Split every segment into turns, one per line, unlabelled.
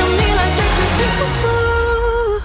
on me like do, do, do, do.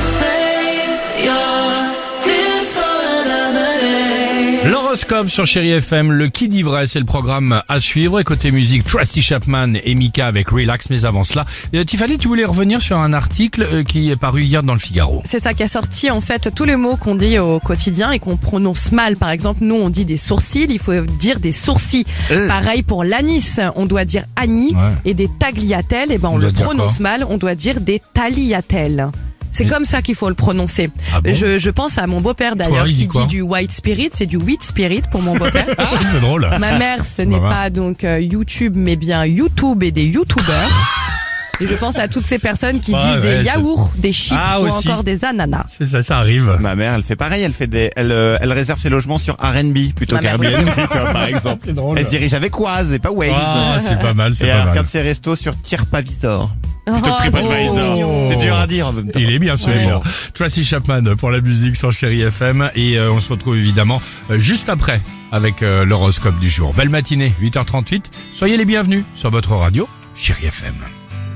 Save your tears for another day.
L'horoscope sur Chéri FM, le qui dit vrai, c'est le programme à suivre. Et côté musique, Trusty Chapman et Mika avec Relax. Mais avant cela, euh, Tiffany, tu voulais revenir sur un article euh, qui est paru hier dans le Figaro.
C'est ça qui a sorti en fait tous les mots qu'on dit au quotidien et qu'on prononce mal. Par exemple, nous on dit des sourcils, il faut dire des sourcils. Pareil pour l'anis, on doit dire Annie
Eh. Ouais.
et des tagliatelles, et ben on,
On doit
le
dire
prononce mal, on doit dire des tagliatelles. C'est
Et-
comme ça qu'il faut le prononcer.
Ah bon
je, je pense à mon beau-père d'ailleurs
il dit
qui
quoi
dit du white spirit, c'est du wheat spirit pour mon beau-père.
C'est drôle.
Ma mère, ce n'est
Voilà.
pas donc euh, YouTube, mais bien YouTube et des YouTubers. Et je pense à toutes ces personnes qui
Ouais,
disent
ouais,
des
c'est-
yaourts, des chips
Ah,
ou
aussi.
encore des ananas.
C'est ça, ça arrive.
Ma mère, elle fait pareil, elle fait des, elle, euh, elle réserve ses logements sur R&B plutôt
Ma mère
qu'Airbnb, tu vois, par exemple.
C'est drôle.
Elle se dirige avec Waze et pas Waze.
Ah, c'est pas mal,
et
c'est
elle
pas mal. Ah,
regarde ses restos sur Tirpavisor. Plutôt
Oh,
que
c'est
TripAdvisor.
mignon.
C'est dur à dire en même temps.
Il est bien celui-là. Tracy Chapman pour la musique sur Chéri FM et euh, on se retrouve évidemment euh, juste après avec euh, l'horoscope du jour. Belle matinée, 8h38. Soyez les bienvenus sur votre radio Chéri FM.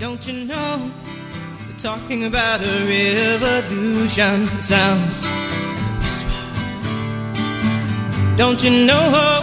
Don't you know we're talking about a revolution? Sounds like a whisper. Don't you know? oh,